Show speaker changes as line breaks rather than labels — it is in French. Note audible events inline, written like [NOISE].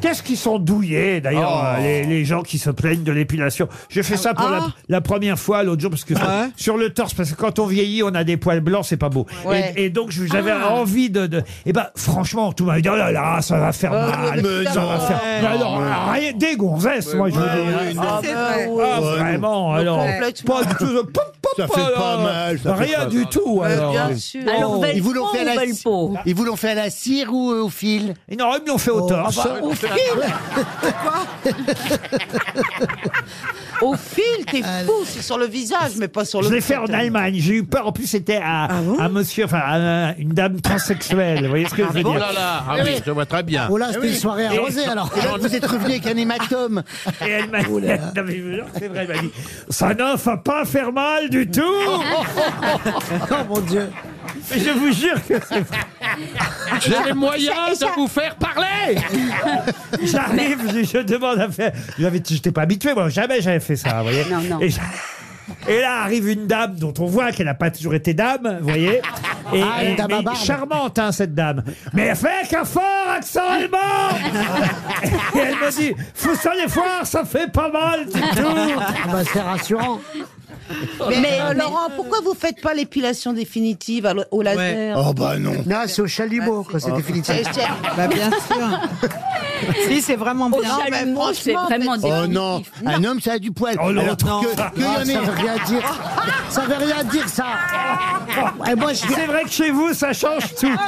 Qu'est-ce qu'ils sont douillés, d'ailleurs, hein,
Oh.
les, les gens qui se plaignent de l'épilation. J'ai fait ça pour la,
Ah.
la première fois l'autre jour, parce que sur le torse, parce que quand on vieillit, on a des poils blancs, c'est pas beau.
Ouais.
Et, et donc, je- j'avais
Ah.
envie de, de- Eh ben, franchement, tout le monde m'a dit, oh là là, ça va faire
Oh,
mal,
mais
ça va
non.
faire...
Ouais,
Mais
non,
alors,
mais-
rien- des gonzesses, moi, je veux dire.
Ah,
Ah, vraiment, alors... Pas du tout, pop, pop,
Ça fait
alors,
pas mal, ça fait
Rien
pas
du
mal.
tout,
Ouais,
alors.
bien sûr. Alors, belle
Ils vous l'ont
peau
fait à
ou
la
belle peau
Ils vous l'ont fait à la cire ou euh, au fil
Non, ils me l'ont fait
Oh,
au torse.
au fil
Au fil, t'es fou, c'est sur le visage, mais pas sur le.
Je l'ai fait en
crâne.
Allemagne. J'ai eu peur. En plus, c'était à, à monsieur, enfin, à une dame transsexuelle. Vous voyez ce que je veux
Oh
dire
là là, ah oui, je vois très bien.
Oh là,
Eh
c'était
oui.
une soirée
Et-
arrosée alors.
Et-
Vous êtes revenu avec un hématome.
Et elle m'a dit, Non, mais je vous jure, c'est vrai, elle m'a dit, ça ne va pas faire mal du tout.
[LAUGHS] Oh mon dieu.
Mais je vous jure que c'est vrai.
J'ai les moyens de vous faire parler
[LAUGHS]
J'arrive, je, je demande à faire. J'avais, j'étais pas habitué, moi, jamais j'avais fait ça, vous voyez.
Non, non.
Et, j'a- et là arrive une dame dont on voit qu'elle n'a pas toujours été dame, vous voyez. Et,
Ah, une
et-
dame à
mais
barbe.
charmante, hein, cette dame. Mais elle fait qu'un fort accent allemand
[LAUGHS]
Et elle me dit Faut ça les voir, ça fait pas mal du tout
Ah bah, c'est rassurant.
Mais, euh, Laurent, pourquoi vous faites pas l'épilation définitive à l- au laser
Oh bah non.
Non, c'est au chalumeau que c'est
Et
définitif.
je-
Bah bien sûr. si, c'est vraiment
Au
bien.
chalumeau, c'est
franchement,
vraiment
Oh
définitif.
non,
Un homme, ça a du poil.
Oh,
Alors,
l'autre.
que- que
Ah,
y en
ça
ait- ça veut rien dire. Ça veut rien dire, ça. Et moi, je
Ah
C'est vrai que chez vous, ça change tout